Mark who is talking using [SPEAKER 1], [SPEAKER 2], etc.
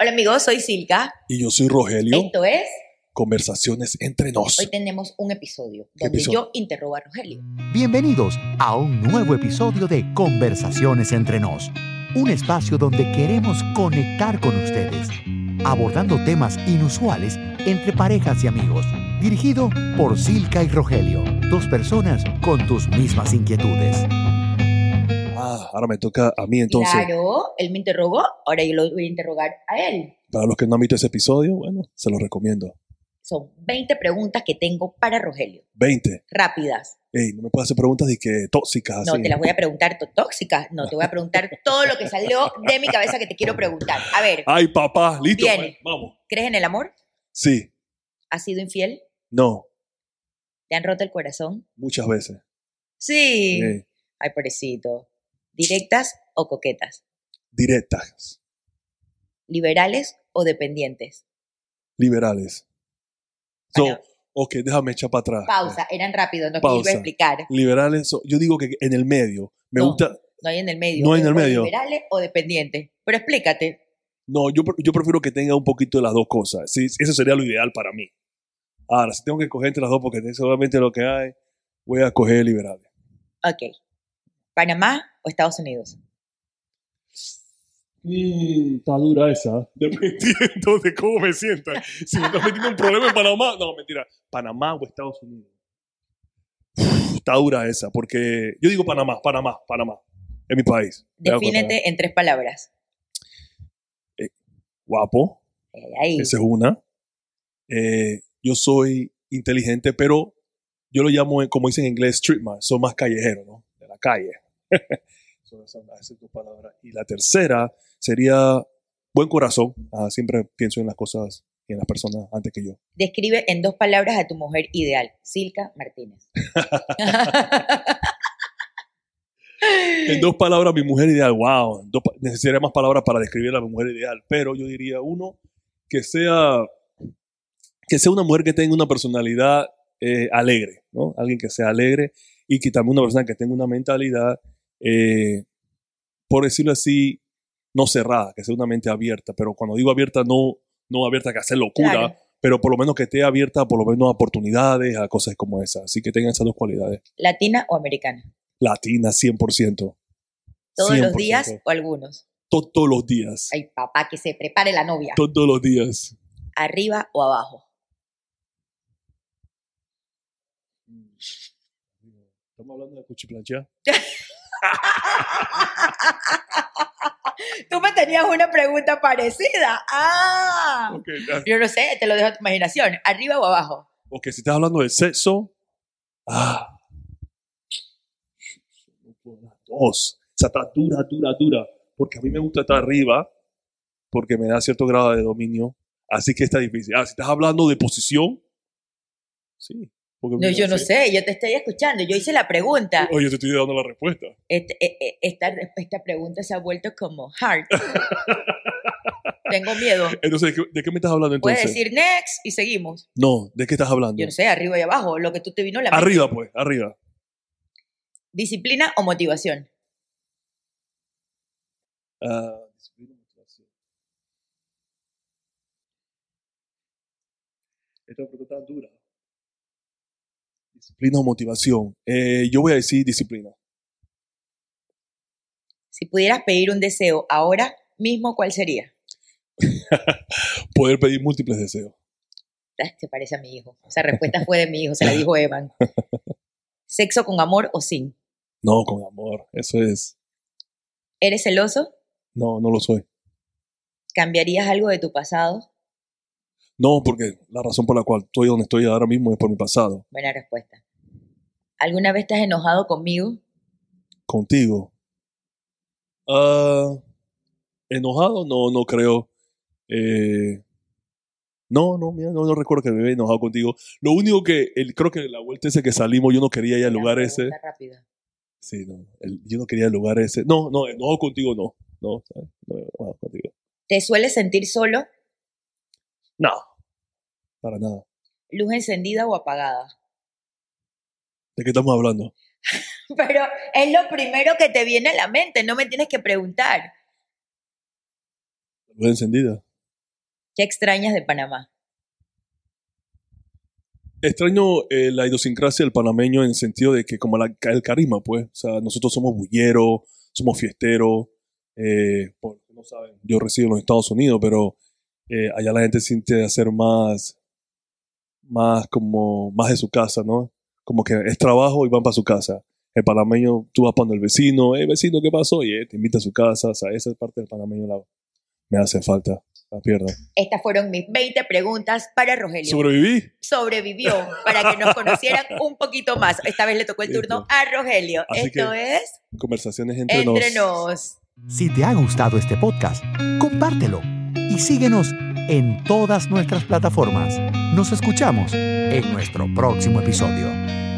[SPEAKER 1] Hola amigos, soy Silka.
[SPEAKER 2] Y yo soy Rogelio.
[SPEAKER 1] Esto es,
[SPEAKER 2] Conversaciones entre nos.
[SPEAKER 1] hoy tenemos un episodio
[SPEAKER 2] ¿Qué
[SPEAKER 1] donde
[SPEAKER 2] episodio?
[SPEAKER 1] yo interrogo a Rogelio.
[SPEAKER 3] Bienvenidos a un nuevo episodio de Conversaciones entre nos, un espacio donde queremos conectar con ustedes, abordando temas inusuales entre parejas y amigos, dirigido por Silka y Rogelio, dos personas con tus mismas inquietudes.
[SPEAKER 2] Ah, ahora me toca a mí entonces.
[SPEAKER 1] claro, él me interrogó, ahora yo lo voy a interrogar a él.
[SPEAKER 2] Para los que no han visto ese episodio, bueno, se los recomiendo.
[SPEAKER 1] Son 20 preguntas que tengo para Rogelio,
[SPEAKER 2] 20.
[SPEAKER 1] rápidas.
[SPEAKER 2] Ey, no me puedes hacer preguntas de que tóxicas.
[SPEAKER 1] No
[SPEAKER 2] así.
[SPEAKER 1] te las voy a preguntar to- tóxicas, no te voy a preguntar todo lo que salió de mi cabeza que te quiero preguntar. A ver,
[SPEAKER 2] Ay, papá, listo.
[SPEAKER 1] Viene.
[SPEAKER 2] Ay, Vamos.
[SPEAKER 1] ¿crees en el amor?
[SPEAKER 2] Sí,
[SPEAKER 1] ¿Has sido infiel?
[SPEAKER 2] no,
[SPEAKER 1] ¿Te han roto el corazón?
[SPEAKER 2] muchas veces. eh,
[SPEAKER 1] Sí.
[SPEAKER 2] Ey,
[SPEAKER 1] Ay, pobrecito. ¿Directas o coquetas?
[SPEAKER 2] directas,
[SPEAKER 1] ¿Liberales o dependientes?
[SPEAKER 2] liberales. So,
[SPEAKER 1] Para-
[SPEAKER 2] ok, déjame echar para atrás.
[SPEAKER 1] Pausa, eran rápidos, no
[SPEAKER 2] Pausa.
[SPEAKER 1] quiero explicar.
[SPEAKER 2] Liberales, so- yo digo que en el medio. Me
[SPEAKER 1] No.
[SPEAKER 2] gusta.
[SPEAKER 1] No hay en el medio.
[SPEAKER 2] No hay en
[SPEAKER 1] ¿Es
[SPEAKER 2] el
[SPEAKER 1] por
[SPEAKER 2] medio.
[SPEAKER 1] ¿Liberales o dependientes? Pero explícate.
[SPEAKER 2] No, yo, pre- yo prefiero que tenga un poquito de las dos cosas. Sí, eso sería lo ideal para mí. Ahora, si tengo que coger entre las dos porque es solamente lo que hay, voy a coger liberales.
[SPEAKER 1] Ok. ¿Panamá o Estados Unidos?
[SPEAKER 2] está dura esa. Dependiendo de cómo me sienta. Si me estás metiendo un problema en Panamá. No, mentira. Panamá o Estados Unidos. Uf, está dura esa porque yo digo Panamá, Panamá, Panamá. Es mi país. Me da cuenta.
[SPEAKER 1] Defínete en tres palabras.
[SPEAKER 2] Guapo.
[SPEAKER 1] Ay, ay, ay.
[SPEAKER 2] Esa es una. Eh, yo soy inteligente, pero yo lo llamo, eh, como dicen en inglés, street man. Soy más callejero, ¿no? De la calle. Son esas esas son dos palabras. Y la tercera sería buen corazón. Ah, siempre pienso en las cosas y en las personas antes que yo.
[SPEAKER 1] Describe en dos palabras a tu mujer ideal, Silka Martínez.
[SPEAKER 2] En dos palabras, mi mujer ideal. Wow. Dos pa- necesitaría más palabras para describir a mi mujer ideal. Pero yo diría uno que sea que sea una mujer que tenga una personalidad eh, alegre, ¿no? Alguien que sea alegre y que también una persona que tenga una mentalidad, eh, por decirlo así, no cerrada, que sea una mente abierta. Pero cuando digo abierta, no, no abierta que hacer locura,
[SPEAKER 1] Claro.
[SPEAKER 2] pero por lo menos que esté abierta por lo menos a oportunidades, a cosas como esas. Así que tengan esas dos cualidades.
[SPEAKER 1] ¿Latina o americana?
[SPEAKER 2] Latina, 100%.
[SPEAKER 1] ¿Todos los días
[SPEAKER 2] 100%.
[SPEAKER 1] o algunos?
[SPEAKER 2] To- todos los días.
[SPEAKER 1] Ay, papá, que se prepare la novia.
[SPEAKER 2] Todos los días.
[SPEAKER 1] ¿Arriba o abajo?
[SPEAKER 2] Estamos hablando de cuchiplanchea.
[SPEAKER 1] Tú me tenías una pregunta parecida. Ah.
[SPEAKER 2] Ok, ya.
[SPEAKER 1] Yo no sé, te lo dejo a tu imaginación. ¿Arriba o abajo?
[SPEAKER 2] Ok, si estás hablando de sexo. Ah. No puedo las Dos. O sea, está dura, dura, dura. Porque a mí me gusta estar arriba. Porque me da cierto grado de dominio. Así que está difícil. Ah, si estás hablando de posición. Sí. porque
[SPEAKER 1] No,
[SPEAKER 2] mira,
[SPEAKER 1] yo no
[SPEAKER 2] sí.
[SPEAKER 1] sé, yo te estoy escuchando, yo hice la pregunta.
[SPEAKER 2] Oye, te estoy dando la respuesta.
[SPEAKER 1] Este- e- e- Esta, esta pregunta se ha vuelto como hard. Tengo miedo.
[SPEAKER 2] Entonces, ¿de qué, de qué me estás hablando
[SPEAKER 1] Puedes
[SPEAKER 2] entonces?
[SPEAKER 1] decir next y seguimos.
[SPEAKER 2] No, ¿de qué estás hablando?
[SPEAKER 1] Yo no sé, arriba y abajo, lo que tú te vino a la mente.
[SPEAKER 2] Arriba, pues, arriba.
[SPEAKER 1] ¿Disciplina o motivación?
[SPEAKER 2] Ah, Esta pregunta es dura. Disciplina o motivación. Eh, yo voy a decir disciplina.
[SPEAKER 1] Si pudieras pedir un deseo ahora mismo, ¿cuál sería?
[SPEAKER 2] Poder pedir múltiples deseos.
[SPEAKER 1] Ah, Se parece a mi hijo. Esa respuesta fue de mi hijo, se la dijo Evan. ¿Sexo con amor o sin?
[SPEAKER 2] No, con amor. Eso es.
[SPEAKER 1] ¿Eres celoso?
[SPEAKER 2] No, no lo soy.
[SPEAKER 1] ¿Cambiarías algo de tu pasado?
[SPEAKER 2] No, porque la razón por la cual estoy donde estoy ahora mismo es por mi pasado.
[SPEAKER 1] Buena respuesta. ¿Alguna vez te has enojado conmigo?
[SPEAKER 2] Contigo. Ah, ¿Enojado? No, no creo. Eh, no, no, mira, no, no recuerdo que me haya enojado contigo. Lo único que, el, creo que la vuelta ese que salimos, yo no quería ir al
[SPEAKER 1] La
[SPEAKER 2] lugar ese.
[SPEAKER 1] pregunta rápida.
[SPEAKER 2] Sí, no. el- yo no quería el lugar ese. No, no, no contigo no. No, ¿sabes? no, no, contigo.
[SPEAKER 1] ¿Te sueles sentir solo?
[SPEAKER 2] No. Para nada.
[SPEAKER 1] ¿Luz encendida o apagada?
[SPEAKER 2] ¿De qué estamos hablando?
[SPEAKER 1] Pero es lo primero que te viene a la mente, no me tienes que preguntar.
[SPEAKER 2] Luz encendida.
[SPEAKER 1] ¿Qué extrañas de Panamá?
[SPEAKER 2] Extraño eh, la idiosincrasia del panameño en el sentido de que como la- el carisma, pues, o sea, nosotros somos bulleros, somos fiesteros, eh, por los que no saben, yo resido en los Estados Unidos, pero eh, allá la gente siente hacer más, más como, más de su casa, ¿no? Como que es trabajo y van para su casa. El panameño, tú vas para el vecino, eh, vecino, ¿qué pasó? Y eh, te invita a su casa, o sea, esa parte del panameño la- me hace falta, la pierdo.
[SPEAKER 1] Estas fueron mis 20 preguntas para Rogelio.
[SPEAKER 2] ¿Sobreviví?
[SPEAKER 1] Sobrevivió para que nos conocieran un poquito más. Esta vez le tocó el turno a Rogelio.
[SPEAKER 2] Así
[SPEAKER 1] Esto es
[SPEAKER 2] Conversaciones entre, nos.
[SPEAKER 1] Entre nos.
[SPEAKER 3] Si te ha gustado este podcast, compártelo y síguenos en todas nuestras plataformas. Nos escuchamos en nuestro próximo episodio.